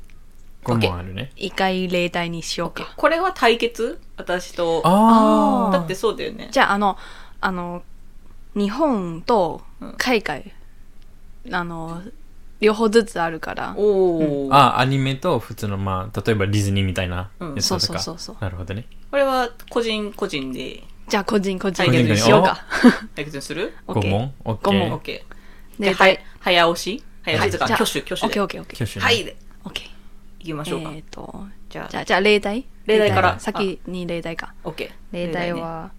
Speaker 4: 5問あるね
Speaker 3: 一回例題にしようか。
Speaker 2: これは対決私と。
Speaker 4: あー
Speaker 2: だってそうだよね。
Speaker 3: じゃあ、あの、あの、日本と海外、あの、両方ずつあるから、
Speaker 2: おお、
Speaker 4: あアニメと普通のまあ例えばディズニーみたいな
Speaker 2: うん
Speaker 4: やつとか、
Speaker 3: そうそうそうそう
Speaker 4: なるほどね
Speaker 2: これは個人個人で
Speaker 3: じゃあ個人個人
Speaker 2: 個人個人
Speaker 3: にしようか。
Speaker 2: 対決にする
Speaker 3: オッケー
Speaker 4: 5問 OK
Speaker 3: 五問
Speaker 2: オッ
Speaker 4: OK
Speaker 2: ケ ー。で、
Speaker 3: 例
Speaker 2: は
Speaker 3: 題
Speaker 2: い、早押し早押しとか、
Speaker 3: じゃあ
Speaker 2: 挙手、挙手
Speaker 3: オッケ
Speaker 2: で
Speaker 3: ーオ。ッケーオッケー。
Speaker 4: 挙手ね
Speaker 2: はいで。
Speaker 3: オッケー。
Speaker 2: 行きましょうか。
Speaker 3: えっ、と、
Speaker 2: じゃ
Speaker 3: じゃ
Speaker 2: あ、
Speaker 3: あ、じゃあ例題
Speaker 2: 例題から
Speaker 3: 先に例題か。
Speaker 2: オッケー。
Speaker 3: 例題は、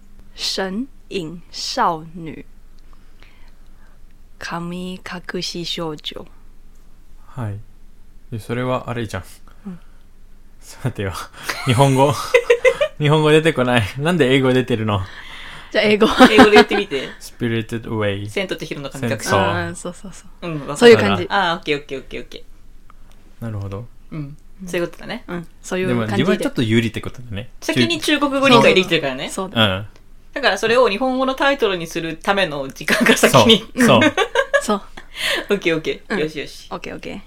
Speaker 3: 神隠少女。神隠し少女。
Speaker 4: はいでそれはあれじゃん、さてよ日本 語日本語出てこないなんで英語出てるの
Speaker 3: じゃあ英 語。
Speaker 2: 例題ね。英語で言ってみて。
Speaker 4: Spirited Away
Speaker 2: 千と千尋の神隠し
Speaker 4: そう。
Speaker 3: あーそうそうそう。
Speaker 2: うん、わかった
Speaker 3: そういう感じ。
Speaker 2: ああ、オッケーオッケーオッケーオッケ
Speaker 4: なるほど
Speaker 2: ー。うん。そういうことだね。
Speaker 3: うん、そうい
Speaker 4: でも
Speaker 3: う感
Speaker 4: 自分
Speaker 3: じ
Speaker 4: は
Speaker 3: で
Speaker 4: ちょっ。と有利ってことだね。
Speaker 2: 先に中国語理解できてるからね。
Speaker 3: そう
Speaker 4: う
Speaker 3: だ、
Speaker 4: ん。
Speaker 2: だからそれを日本語のタイトルにするための時間が先
Speaker 4: そ
Speaker 2: に。
Speaker 4: う。そう。
Speaker 3: そう。
Speaker 2: オッケーオッケ
Speaker 3: う
Speaker 2: ー。
Speaker 3: ん
Speaker 2: よしよし。
Speaker 3: OK, OK.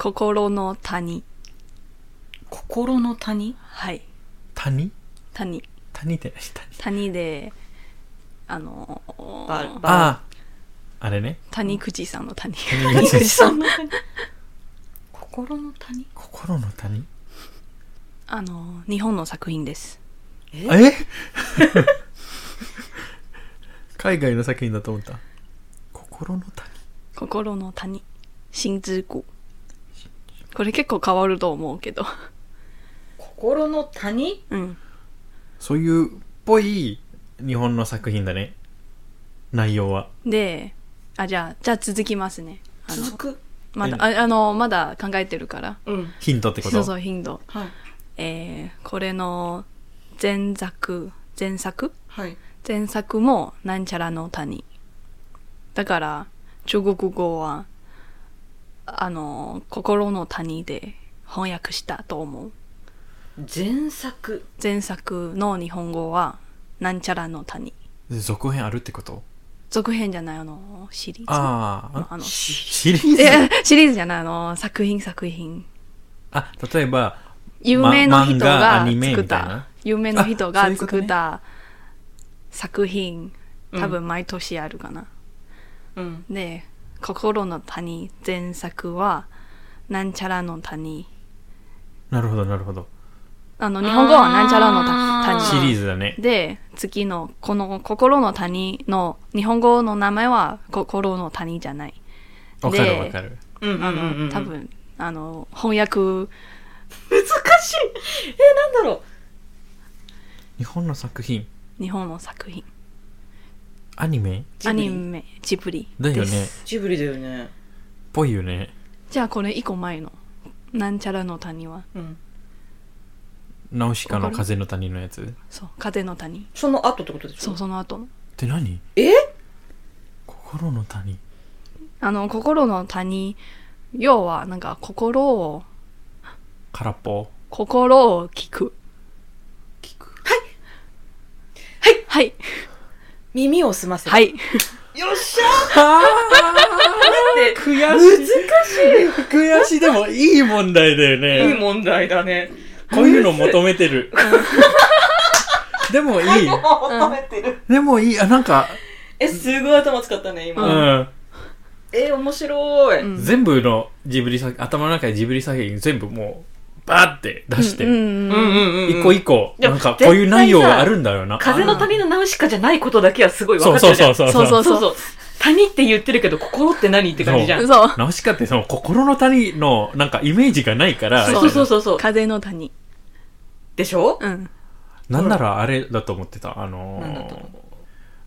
Speaker 3: 心之谷。心の谷。
Speaker 2: 心の谷
Speaker 3: はい。
Speaker 4: 谷
Speaker 3: 谷。
Speaker 4: 谷って何谷
Speaker 3: 谷で、あの
Speaker 2: バ
Speaker 3: ー、
Speaker 2: バ
Speaker 4: ああ。あれね。
Speaker 3: 谷口さんの谷。
Speaker 2: ー。谷口さ んの谷。心の谷
Speaker 4: 心の谷
Speaker 3: あのー、日本の作品です。
Speaker 4: え 海外の作品だと思った。心の谷
Speaker 3: 心の谷。心之谷。これ結構変わると思うけど。
Speaker 2: 心の谷
Speaker 3: うん。
Speaker 4: そういうっぽい日本の作品だね。内容は。
Speaker 3: で、あ、じゃあ、じゃあ続きますね。あの、
Speaker 2: 続く。
Speaker 3: まだ、ああの、まだ考えてるから。
Speaker 2: うん。
Speaker 4: ヒントってこと
Speaker 3: そうそう、頻度。
Speaker 2: はい。
Speaker 3: えー、これの前作、前作
Speaker 2: はい。
Speaker 3: 前作もなんちゃらの谷。だから、中国語は、あの、心の谷で翻訳したと思う。
Speaker 2: 前作。
Speaker 3: 前作の日本語は、なんちゃらの谷。
Speaker 4: 続編あるってこと
Speaker 3: 続編じゃないあの、シリーズ。
Speaker 4: あ
Speaker 3: あの
Speaker 4: あ。
Speaker 3: あの、
Speaker 4: シリーズ
Speaker 3: え、シリーズじゃないあの、作品作品。
Speaker 4: あ、例えば、
Speaker 3: 有名な人
Speaker 4: ま漫画ア
Speaker 3: が
Speaker 4: ニメ
Speaker 3: 作っ
Speaker 4: みたい
Speaker 3: た
Speaker 4: な、
Speaker 3: 有名な人が
Speaker 4: あそう
Speaker 3: 作
Speaker 4: い
Speaker 3: っ
Speaker 4: うこ
Speaker 3: た作品、多分毎年あるかな。
Speaker 2: うん。
Speaker 3: で、心の谷前作は、なんちゃらの谷。
Speaker 4: なるほど、なるほど。
Speaker 3: あの、日本語はなんちゃらの
Speaker 2: あ
Speaker 3: 谷。
Speaker 4: シリーズだね。
Speaker 3: で、次の、この心の谷の、日本語の名前は心の谷じゃない。
Speaker 4: わかる
Speaker 3: で
Speaker 4: わかる。
Speaker 2: うんうん
Speaker 3: あ
Speaker 2: うんうんう
Speaker 3: の、
Speaker 2: ん。
Speaker 3: 多分、あの、翻訳、
Speaker 2: 難しい。 え、なんだろう。
Speaker 4: 日本の作品、
Speaker 3: 日本の作品。
Speaker 4: アニメ
Speaker 3: ア
Speaker 2: ジブリ
Speaker 3: ニメ、ジブリ
Speaker 4: だよ
Speaker 3: で
Speaker 4: ね
Speaker 3: す。。
Speaker 2: ジブリだよね。
Speaker 4: ぽいよね。
Speaker 3: じゃあこれ一個前の。なんちゃらの谷は。
Speaker 2: うん。
Speaker 4: ナウシカの風の谷のやつ。っ
Speaker 3: そう、風の谷。
Speaker 2: その後ってことでしょ
Speaker 3: そう、その後の。
Speaker 4: て何
Speaker 2: え
Speaker 4: 心の谷。
Speaker 3: あの、心の谷、要は、なんか、心を、
Speaker 4: 空っぽ。
Speaker 3: 心を聞く。
Speaker 4: 聞く。
Speaker 3: はい。
Speaker 2: 耳を澄ませ。。
Speaker 3: はいい。
Speaker 2: よっしゃーって、
Speaker 4: 悔
Speaker 2: 難
Speaker 4: しい。悔しい。でも、いい問題だよ
Speaker 2: いい
Speaker 4: ね。
Speaker 2: 問題だ ね。
Speaker 4: こういうの求めてる。でもいい。
Speaker 2: 求めてる。
Speaker 4: でもいい。あ、なんか、
Speaker 2: え、すごい頭使ったね、
Speaker 4: う
Speaker 2: 今。
Speaker 4: ん。
Speaker 2: え、面白い。
Speaker 3: うん
Speaker 4: 全部のジブリ作頭の中でジブリ作品全部もう、バーって出して。
Speaker 3: うんうん。
Speaker 2: ん
Speaker 4: 一個一個、
Speaker 2: いや
Speaker 4: なんかこういう内容があるんだよな。
Speaker 2: 風の谷のナウシカじゃないことだけはすごい分
Speaker 4: そ
Speaker 2: か
Speaker 4: う
Speaker 2: った
Speaker 4: そ
Speaker 2: よ
Speaker 4: う
Speaker 2: ね。
Speaker 4: そうそ
Speaker 3: そ
Speaker 4: う。
Speaker 3: うそう
Speaker 2: そうそう。谷って言ってるけど、心って何って感じじゃん。
Speaker 3: 嘘。
Speaker 4: ナウシカってその心の谷のなんかイメージがないから、
Speaker 2: そうそうそうそう。
Speaker 3: 風の谷。
Speaker 2: でしょ
Speaker 3: うん。
Speaker 4: なんならあれだと思ってた。あの
Speaker 2: なんだと
Speaker 4: ー、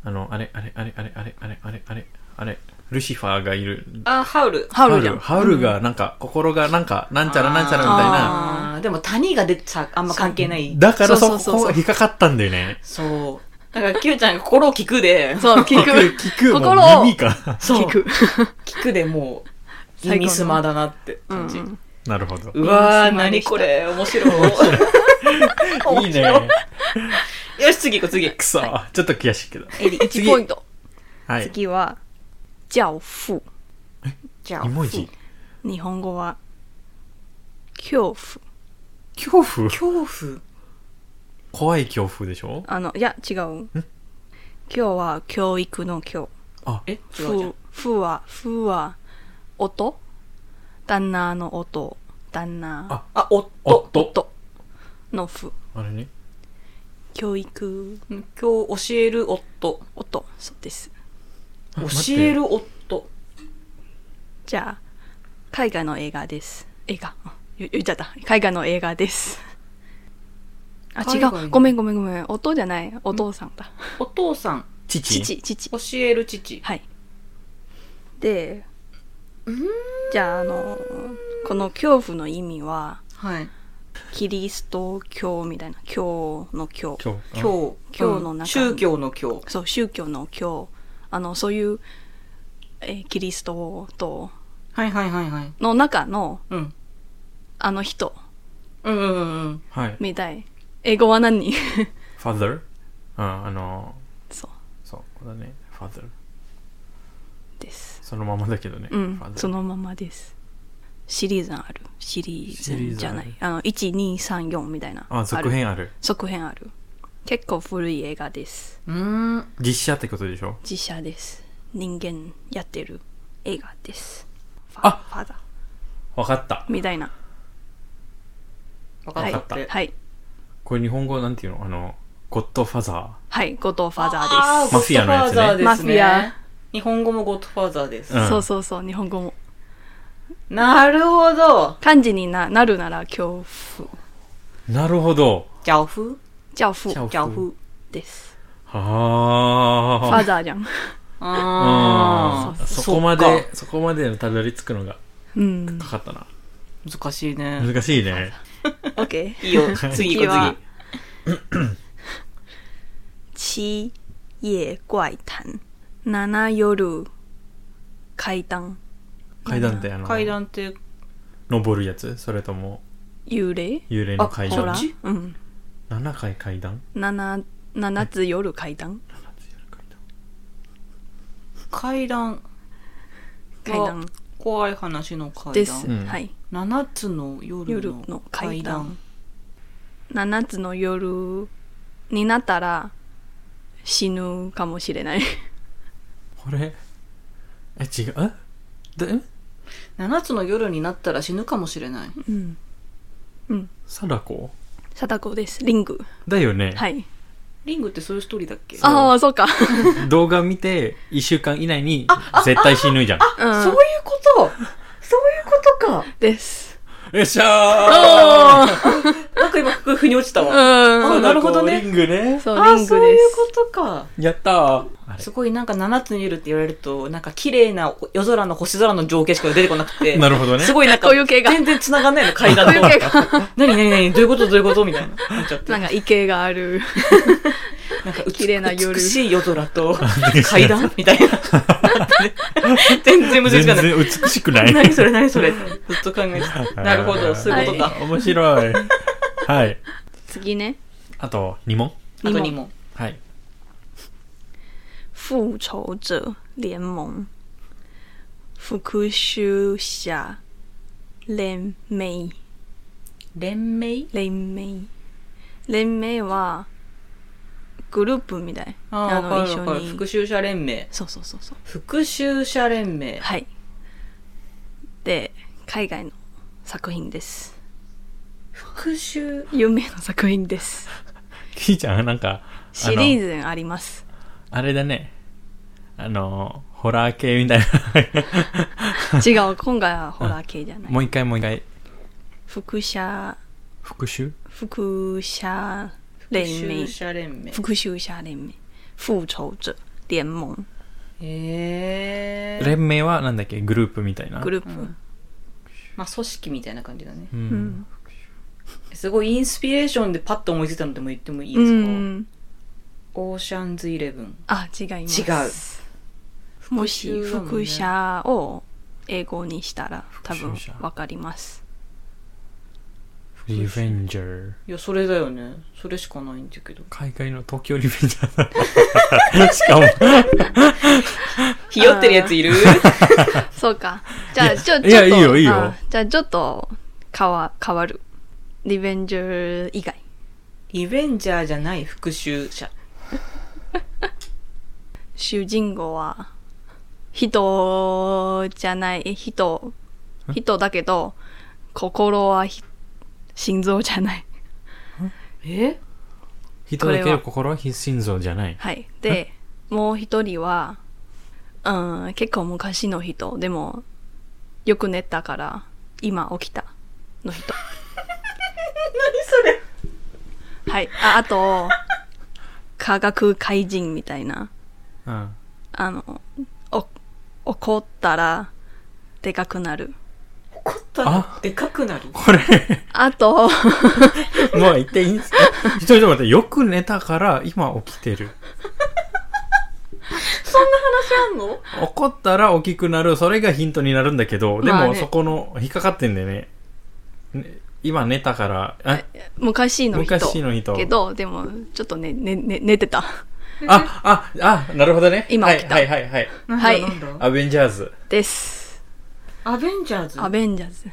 Speaker 4: あの、あれ、あれ、あれ、あれ、あれ、あれ、あれ、あれ、あれ、ルシファーがいる。
Speaker 2: あ、ハウル。
Speaker 3: ハウルじゃん。
Speaker 4: ハウルがなんか心がなんかなんちゃらなんちゃらみたいな。
Speaker 2: あー。でも谷が出てさ、あんま関係ない。
Speaker 4: だか
Speaker 3: そ
Speaker 4: ら
Speaker 3: う
Speaker 4: そ
Speaker 3: そうそうそう
Speaker 4: こが引っかかったんだよね。
Speaker 2: そう。だから、キューちゃんが心を聞くで、
Speaker 3: そう、 聞く。
Speaker 4: 聞く、も
Speaker 3: 心
Speaker 4: う
Speaker 3: を
Speaker 4: 耳か。
Speaker 2: そう
Speaker 3: 聞く。
Speaker 2: 聞くでもう、
Speaker 3: 最高の
Speaker 2: 耳すまだなって感じ。う
Speaker 3: うん
Speaker 4: なるほど。
Speaker 2: わー、
Speaker 3: 耳すまで
Speaker 2: 何
Speaker 3: した
Speaker 2: これ、面白い。
Speaker 4: いいね。
Speaker 2: よし、次行こう、次。
Speaker 4: くそ、ちょっと悔しいけど。
Speaker 3: エリ、1
Speaker 4: 次
Speaker 3: ポイント。
Speaker 4: はい。
Speaker 3: 次は、教父。
Speaker 2: じゃ
Speaker 4: 二文字。
Speaker 3: 日本語は、恐怖。
Speaker 4: 恐怖
Speaker 2: 恐怖。
Speaker 4: 怖い恐怖でしょ
Speaker 3: あの、いや、違う。今日は教育の今日。
Speaker 4: あ、
Speaker 2: え違うじゃん
Speaker 3: ふ、。ふは、ふは、音旦那の音。旦那
Speaker 4: あ、
Speaker 2: あ、夫。
Speaker 4: 夫。
Speaker 3: 音のふ。
Speaker 4: あれね。
Speaker 3: 教育、
Speaker 2: 今日教える夫。
Speaker 3: 音。そうです。
Speaker 2: 教
Speaker 4: 待って
Speaker 2: える夫。
Speaker 3: じゃあ、海外の映画です。映画。あ言言っちゃった。海外の映画です。あ、違
Speaker 2: 海外の
Speaker 3: う。ごめんごめんごめん。音じゃない。お父さんだ。
Speaker 2: お父さん。
Speaker 4: 父。
Speaker 3: 父、父。
Speaker 2: 教える父。
Speaker 3: はい。で、じゃあ、あの、この恐怖の意味は、
Speaker 2: はい。
Speaker 3: キリスト教みたいな、教の教。
Speaker 4: 今日。
Speaker 2: 今日。
Speaker 3: 教の中に
Speaker 2: 宗教の教。
Speaker 3: そう、宗教の教。あの、そういう、えーキリストと
Speaker 2: はいはいはいはい。
Speaker 3: の中の
Speaker 2: うん。
Speaker 3: あの人
Speaker 2: うんうんうんうん。
Speaker 4: はい。
Speaker 3: みたい。英語は何
Speaker 4: father? うん、あの、
Speaker 3: そう
Speaker 4: そう、これだね。father。
Speaker 3: です。
Speaker 4: そのままだけどね。
Speaker 3: うん、
Speaker 4: father
Speaker 3: そのままです。シリーズある。シリ
Speaker 4: シ
Speaker 3: ー
Speaker 4: リー
Speaker 3: ズ
Speaker 4: ズ
Speaker 3: じ
Speaker 4: あ
Speaker 3: ゃ
Speaker 4: る
Speaker 3: ない。あの、1、2、3、4みたいな。
Speaker 4: あ、続編ある。
Speaker 3: る。続編ある。結構古い映画です。
Speaker 2: うーん。
Speaker 4: 実写ってことでしょ
Speaker 3: 自社です。人間やってる映画です。ファ
Speaker 4: あ
Speaker 3: ファーだ。
Speaker 4: わかった。
Speaker 3: みたいな。
Speaker 2: わか
Speaker 3: は
Speaker 2: っ
Speaker 3: い
Speaker 2: たって。。
Speaker 3: はい。
Speaker 4: これ日本語なんていうのあの、ゴッドファザ
Speaker 3: はい。ゴッドファーザ
Speaker 2: あ
Speaker 3: ー
Speaker 2: ー
Speaker 3: で
Speaker 4: マフィアのやつね
Speaker 2: ゴッドファーザーです
Speaker 3: マフィア
Speaker 2: 日本語もゴッドファーザーです。
Speaker 4: うん
Speaker 3: す。そうそうそう、日本語も。
Speaker 2: なるほど。
Speaker 3: 漢字にななるなら恐怖。
Speaker 4: ー。なるほど。
Speaker 2: ジャオフ
Speaker 3: 教父
Speaker 4: 教父
Speaker 2: ジャオフ。
Speaker 3: です。フ
Speaker 4: は
Speaker 3: ァ
Speaker 4: あ。
Speaker 3: ーザー じゃん。
Speaker 2: あ
Speaker 4: う
Speaker 2: あ。
Speaker 4: んそこまで、そこまでたどり着くのが
Speaker 3: うん。
Speaker 4: かかったな。
Speaker 2: そっか。難しいね。
Speaker 4: 難しいね。
Speaker 3: オッケー。
Speaker 2: いいよ、次行こう、
Speaker 3: 七夜怪談。七夜怪談。
Speaker 4: 階段ってあ
Speaker 2: 次。
Speaker 4: の、
Speaker 2: 階段って、
Speaker 4: 登るやつそれとも
Speaker 3: 幽霊
Speaker 4: 幽霊
Speaker 2: あ、
Speaker 4: の階
Speaker 2: ほら
Speaker 4: 段。
Speaker 3: うん。
Speaker 4: ?7 回階段
Speaker 3: 七、七つ夜怪談。
Speaker 2: 階段。
Speaker 3: 怪談
Speaker 2: 怖い話の階
Speaker 3: です。
Speaker 2: 段。
Speaker 4: うん
Speaker 3: はい。
Speaker 2: 七つの夜
Speaker 3: 夜
Speaker 2: の
Speaker 3: の
Speaker 2: 階
Speaker 3: 階
Speaker 2: 段
Speaker 3: 段。7つの夜になったら死ぬかもしれない
Speaker 4: これ、え、違うえで、え
Speaker 2: 七つの夜になったら死ぬかもしれない。
Speaker 3: うん
Speaker 4: 貞子
Speaker 3: 貞子ですリング
Speaker 4: だよね。
Speaker 3: はい
Speaker 2: リングってそういうストーリーだっけ
Speaker 4: う
Speaker 3: ああそうか、
Speaker 4: 動画見て、1週間以内に絶対死ぬじゃん。
Speaker 3: うん、
Speaker 2: そういうことそういうことか
Speaker 3: です
Speaker 4: よっしゃー
Speaker 2: なんか今、腑に落ちた
Speaker 3: う
Speaker 2: わ。
Speaker 3: ん
Speaker 2: なるほどね
Speaker 4: 貞子リングね。
Speaker 3: そう
Speaker 2: あ
Speaker 3: リ
Speaker 2: ー、
Speaker 3: ング
Speaker 2: そうい
Speaker 3: で
Speaker 2: う
Speaker 3: す
Speaker 2: ことか。
Speaker 4: やったー。あ
Speaker 2: すごいなんか七つの夜って言われると、なんか綺麗な夜空の星空の情景しか出てこなくて。
Speaker 4: れなるほどね。
Speaker 2: すごいなんか、
Speaker 3: こういう系が
Speaker 2: 全然繋がんないの、階段と。
Speaker 3: こういう系が
Speaker 2: 何何何どういうことどういうことみたいな。なっちゃって。
Speaker 3: なんか池がある
Speaker 2: なんかうつ
Speaker 3: 綺麗な夜
Speaker 2: 美しい夜空 と、階段みたいな。なって ね全然難しく
Speaker 4: 全
Speaker 2: ない。
Speaker 4: 然美しくな い。
Speaker 2: 何それ何それずっと考えてた。なるほど、そういうことか。
Speaker 4: はい面白い。はい。
Speaker 3: 次ね
Speaker 4: あと、2問
Speaker 2: あと
Speaker 3: 二問
Speaker 2: にも。
Speaker 4: はい。
Speaker 3: 復仇者联盟復讐者連盟
Speaker 2: 連盟
Speaker 3: 連盟連盟はグループみたい
Speaker 2: あ
Speaker 3: あ
Speaker 2: あ、
Speaker 3: の
Speaker 2: わかるわかる。
Speaker 3: 一緒に
Speaker 2: 復讐者連盟。
Speaker 3: そうそうそうそう
Speaker 2: 復讐者連盟。
Speaker 3: はいで海外の作品です
Speaker 2: 復讐。
Speaker 3: 有名な作品です
Speaker 4: キーちゃん、なんか、
Speaker 3: シリーズあります
Speaker 4: あれだね。あの、ホラー系みたいな。
Speaker 3: 違う今回はホラー系じゃない
Speaker 4: もう一回もう一回。
Speaker 3: 副社
Speaker 4: 復讐
Speaker 3: 副社連
Speaker 2: 復
Speaker 3: 盟
Speaker 2: 讐者連盟。
Speaker 3: 復讐者連盟復仇者聯盟
Speaker 2: へえ。
Speaker 4: 連盟はなんだっけグループみたいな。
Speaker 3: グループ、
Speaker 2: うんまあ、組織みたいな感じだね。
Speaker 4: う。
Speaker 3: うんん
Speaker 2: すごいインスピレーションでパッと思いついたのでも言ってもいいうですか
Speaker 3: ん
Speaker 2: オーシャンズイレブン。
Speaker 3: あ違います
Speaker 2: 違う
Speaker 3: もし副社を英語にしたら多分
Speaker 4: 副社
Speaker 3: わかります
Speaker 4: リベンジャー。
Speaker 2: いや、それだよね。それしかないんだけど。
Speaker 4: 海外の東京リベンジャーだ。しかも。
Speaker 2: ひよってるやつい る
Speaker 3: そうか。じゃあ、ちょ、ちょっと。
Speaker 4: いやいいよいいよ
Speaker 3: あじゃあ、ちょっと、変わ、変わる。リベンジャー以外。
Speaker 2: リベンジャーじゃない復讐者。
Speaker 3: 主人公は、人じゃない、人、人だけど、心はひ、心臓じゃない。
Speaker 2: え
Speaker 4: 人だけの心は必心臓じゃない。
Speaker 3: はい。で、もう一人は、うん、結構昔の人。でも、よく寝たから、今起きた。の人。何それはい。あ、あと、科学怪人みたいな。
Speaker 4: うん。
Speaker 3: あの、お、怒ったら、でかくなる。
Speaker 2: 怒ったらでかくなる
Speaker 4: これ、
Speaker 3: あと、
Speaker 4: もう言っていいんですかちょっと待って、よく寝たから今起きてる。
Speaker 2: んの
Speaker 4: 怒ったら大きくなるそれがヒントになるんだけどで
Speaker 3: まあ
Speaker 4: も
Speaker 3: ね
Speaker 4: そこの引っかかってんだよねね今寝たからあ
Speaker 3: 昔の人
Speaker 4: 昔の人
Speaker 3: けどでもちょっとねねね寝てた
Speaker 4: あああなるほどね
Speaker 3: 今起きた
Speaker 4: はいはいはいはい
Speaker 2: なん
Speaker 3: は
Speaker 2: だ
Speaker 3: い
Speaker 2: なんだ
Speaker 4: アベンジャーズ
Speaker 3: です
Speaker 2: アベンジャーズ
Speaker 3: ア
Speaker 2: あ
Speaker 3: ベンジャーズ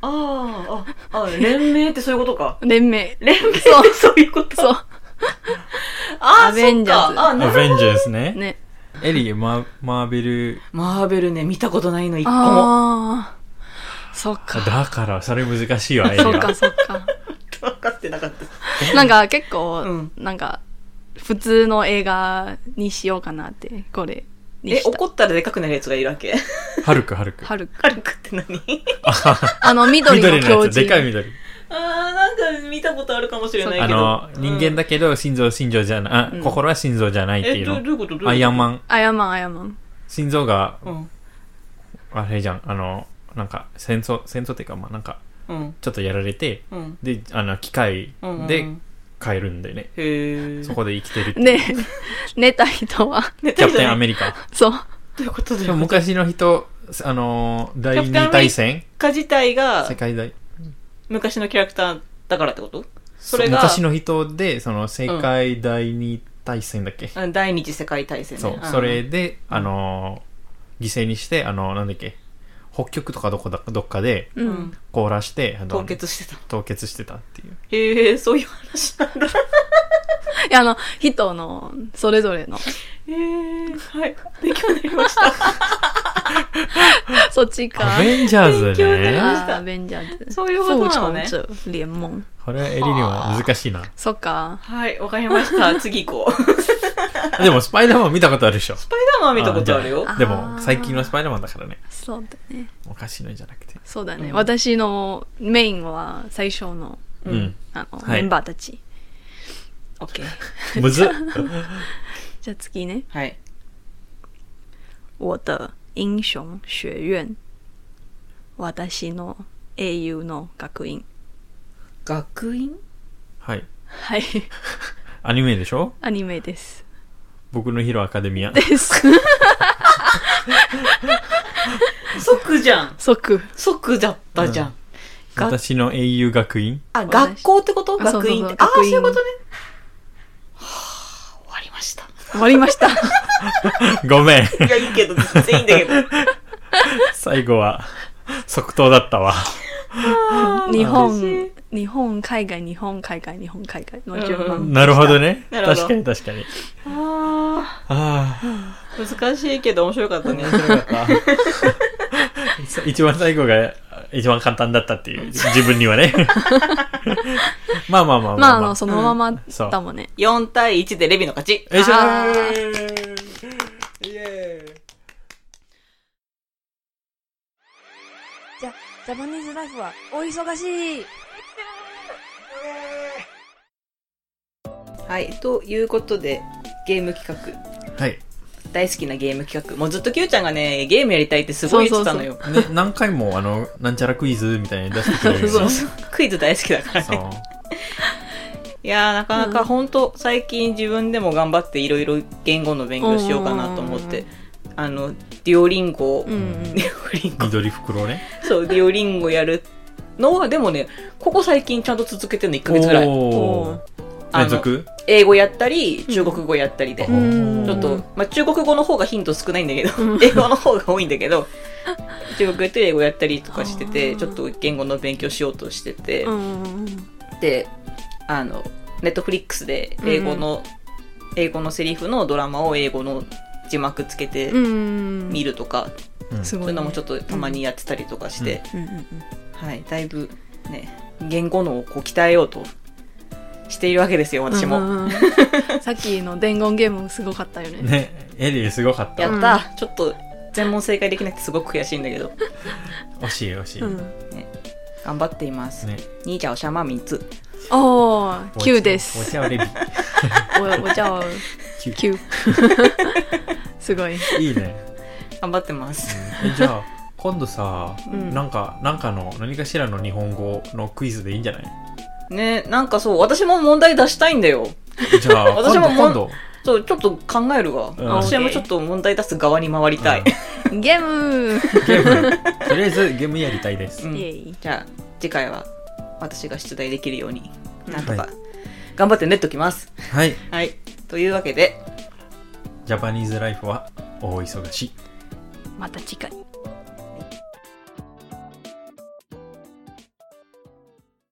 Speaker 2: あああ連盟ってそういうことか
Speaker 3: 連盟
Speaker 2: 連盟って
Speaker 3: そ う
Speaker 2: そういうこと
Speaker 3: そう
Speaker 2: あ
Speaker 3: アベンジャーズ
Speaker 2: そっかあな
Speaker 4: ア
Speaker 2: るほど
Speaker 4: ベンジャーズね
Speaker 3: ね
Speaker 4: エリーママーベル
Speaker 2: マーベルね見たことないの一個も
Speaker 3: ああそっか
Speaker 4: だからそれ難しいわエリ
Speaker 3: そっか
Speaker 4: ー
Speaker 3: そっ か
Speaker 2: 分かってなかった
Speaker 3: なんか結構、
Speaker 2: うん
Speaker 3: なんか普通の映画にしようかなってこれに
Speaker 2: え
Speaker 3: した
Speaker 2: 怒ったらでかくなるやつがいるわけ
Speaker 4: はるくはるく
Speaker 3: 春
Speaker 2: ハルクって何
Speaker 3: あの緑の
Speaker 4: 緑の
Speaker 3: 狂
Speaker 4: やつでかい
Speaker 3: 人
Speaker 4: 緑
Speaker 2: ああなんか見たことあるかもしれない
Speaker 3: だ
Speaker 4: あ
Speaker 2: けど
Speaker 4: の人間だけど心臓心臓じゃなあ
Speaker 3: うん
Speaker 4: 心は心臓じゃないって
Speaker 2: え
Speaker 4: い
Speaker 2: どどう
Speaker 4: う
Speaker 2: いうことどういうこ
Speaker 4: の
Speaker 2: と
Speaker 4: アイアンマン
Speaker 3: あやまんあやまん
Speaker 4: 心臓が
Speaker 2: うん
Speaker 4: あれじゃんあのなんか戦争戦争っていうかまあなんか
Speaker 2: うん
Speaker 4: ちょっとやられて
Speaker 2: うん
Speaker 4: であの機械
Speaker 2: うんうん
Speaker 4: で変えるんだよね、
Speaker 2: へえ
Speaker 4: そこで生きてるっていう
Speaker 3: ね寝た人は
Speaker 2: キ
Speaker 4: キャプ テンアメ
Speaker 2: リ
Speaker 4: リカ
Speaker 3: リそう
Speaker 2: カということで
Speaker 4: でも昔の人あの
Speaker 2: キ
Speaker 4: ー
Speaker 2: ャ
Speaker 4: 第
Speaker 2: プ
Speaker 4: 二
Speaker 2: テンアメリカ
Speaker 4: 大戦
Speaker 2: 家自体が
Speaker 4: 世界大
Speaker 2: 昔のキャラクターだからってことそ
Speaker 4: そ
Speaker 2: れが
Speaker 4: 昔の人でその世界第二大戦だっけ、
Speaker 2: うん第二次世界大戦ね
Speaker 4: そう、
Speaker 2: ん
Speaker 4: それで、あのー犠牲にして、あのーなんだっけ、北極とかどこだどっかで
Speaker 3: う、
Speaker 2: うんん
Speaker 4: 凍らして、あの
Speaker 2: 凍結してた
Speaker 4: 凍結してたっていう。
Speaker 2: へえそういう話 なんだ
Speaker 3: いやあの人のそれぞれの
Speaker 2: へえはい勉強になりました
Speaker 3: そっちか
Speaker 4: アベンジャーズ
Speaker 2: 勉強にな
Speaker 4: ね。
Speaker 2: る
Speaker 3: あーアベンジャーズ
Speaker 2: そういうことなのね
Speaker 3: 復仇者联盟
Speaker 4: これはエリリは難しいな。
Speaker 3: そっか
Speaker 2: はい、わかりま した。次行こう。ス
Speaker 4: でも、スパイダーマン見たことあるでしょ。
Speaker 2: パイダーマン見たことあるよ
Speaker 4: じゃ。
Speaker 3: あ
Speaker 4: でも、最近のスパイダーマンだからね。
Speaker 3: そうだね
Speaker 4: おかしいのじゃなくて。
Speaker 3: そうだね、
Speaker 2: うん
Speaker 3: 私のメインは最初の
Speaker 4: う
Speaker 2: うんん。
Speaker 3: あの、
Speaker 4: は
Speaker 3: メ
Speaker 4: い
Speaker 3: ンバーたち
Speaker 2: オッケー。
Speaker 4: むずっ。
Speaker 3: じゃあ次ね
Speaker 2: はい。
Speaker 3: 我的英雄学院。私の英雄の学院。
Speaker 2: 学院
Speaker 4: はい。
Speaker 3: はい。
Speaker 4: アニメでしょ
Speaker 3: アニメです。
Speaker 4: 僕のヒーローアカデミア。
Speaker 3: です。
Speaker 2: 即じゃん。
Speaker 3: 即。
Speaker 2: 即だったじゃん。が
Speaker 4: 私の英雄学院。
Speaker 2: あ、学校ってこと
Speaker 3: あそうそう
Speaker 2: 学院って。ああ、
Speaker 3: 学
Speaker 2: そう
Speaker 3: 院
Speaker 2: いうことね。はあ、終わりました。
Speaker 3: 終わりました。
Speaker 4: ごめん。
Speaker 2: いや、いいけど、全然いいんだけど。
Speaker 4: 最後は、即答だったわ。
Speaker 3: 日
Speaker 2: 嬉
Speaker 3: 本
Speaker 2: し、
Speaker 3: 日本、海外、日本、海外、日本、海外の順
Speaker 2: うん
Speaker 3: 番。
Speaker 4: なるほどね。
Speaker 2: なるほど
Speaker 4: 確かに確かに。
Speaker 2: あ
Speaker 4: ああ。
Speaker 2: ー難しいけど面白かった ね。
Speaker 4: 一番最後が一番簡単だったっていう、自分にはね。 まあまあまあまあ、
Speaker 3: まあ、あの、そのまま
Speaker 4: んそう
Speaker 3: だもんね。
Speaker 2: 4対1でレビの勝ち。
Speaker 4: よいしょ
Speaker 3: あ
Speaker 4: イエーイ
Speaker 5: じゃ、ジャパニーズライフはお忙しい
Speaker 2: はい、ということで、ゲーム企画。
Speaker 4: はい。
Speaker 2: 大好きなゲーム企画。もうずっと Q ちゃんがね、ゲームやりたいってすごい言ってたのよ。
Speaker 4: ね、何回も、あの、なんちゃらクイズみたいに出してくれるよね。
Speaker 2: そうそうクイズ大好きだから
Speaker 4: そ
Speaker 2: ね。
Speaker 4: う
Speaker 2: いやー、なかなか本当、最近自分でも頑張っていろいろ言語の勉強しようかなと思って、あの、デュオリンゴを、
Speaker 3: うんうん
Speaker 2: デ。ュオリンゴ、
Speaker 4: 緑袋ね。
Speaker 2: そう、デュオリンゴやるのは、でもね、ここ最近ちゃんと続けてるの1ヶ月ぐらい。
Speaker 4: おー
Speaker 2: あの
Speaker 4: 連続
Speaker 2: 英語やったり、中国語やったりで。
Speaker 4: うん
Speaker 2: ちょっと、まあ、中国語の方がヒント少ないんだけど
Speaker 3: う、ん
Speaker 2: 英語の方が多いんだけど、中国語やって英語やったりとかして
Speaker 3: あ
Speaker 2: て、
Speaker 3: ー
Speaker 2: ちょっと言語の勉強しようとしてて、
Speaker 3: うんうんうん。
Speaker 2: であのネットフリックスで英語の、英語のセリフのドラマを英語の字幕つけて
Speaker 3: うんうん
Speaker 2: 見るとか、
Speaker 4: うん
Speaker 3: す
Speaker 2: そう
Speaker 3: ご
Speaker 2: い
Speaker 3: い。
Speaker 2: うのもちょっとたまにやってたりとかして、
Speaker 3: うんうんうん。
Speaker 2: はい、だいぶね言語能をこう鍛えようとしているわけですよ私も。
Speaker 3: うんうんうん。さっきの伝言ゲームすごかったよね。
Speaker 4: ね、エリーすごかった。
Speaker 2: やった、ちょっと全問正解できなくてすごく悔しいんだけど
Speaker 4: 惜しい惜しい。
Speaker 3: うん。
Speaker 2: 頑張っています。
Speaker 4: ね。
Speaker 2: 兄ちゃんおしゃまみつ
Speaker 3: おー、9で
Speaker 4: お
Speaker 3: す。
Speaker 4: 茶はレビ。
Speaker 3: 我我叫
Speaker 4: Q
Speaker 3: Q。すごい。
Speaker 4: いいね。
Speaker 2: 頑張ってます。
Speaker 4: えじゃあ今度さ、
Speaker 3: うん
Speaker 4: なんかなんかの何かしらの日本語のクイズでいいんじ ゃない
Speaker 2: ねなんかそう私も問題出したいんだよ。
Speaker 4: じゃあ今
Speaker 2: 私
Speaker 4: 度
Speaker 2: もも
Speaker 4: 今度
Speaker 2: そう、ちょっと考えるわ。
Speaker 4: うん
Speaker 2: 私はもうちょっと問題出す側に回りたい。
Speaker 3: ゲーム
Speaker 4: ゲームとりあえずゲームやりたいです、
Speaker 2: うん
Speaker 3: イエイ
Speaker 2: じゃあ、次回は私が出題できるように、なんと
Speaker 4: は
Speaker 2: か
Speaker 4: い、
Speaker 2: 頑張って練っときます。
Speaker 4: はい
Speaker 2: はい。というわけで、
Speaker 4: ジャパニーズライフは大忙し
Speaker 3: また次回
Speaker 2: バイバイ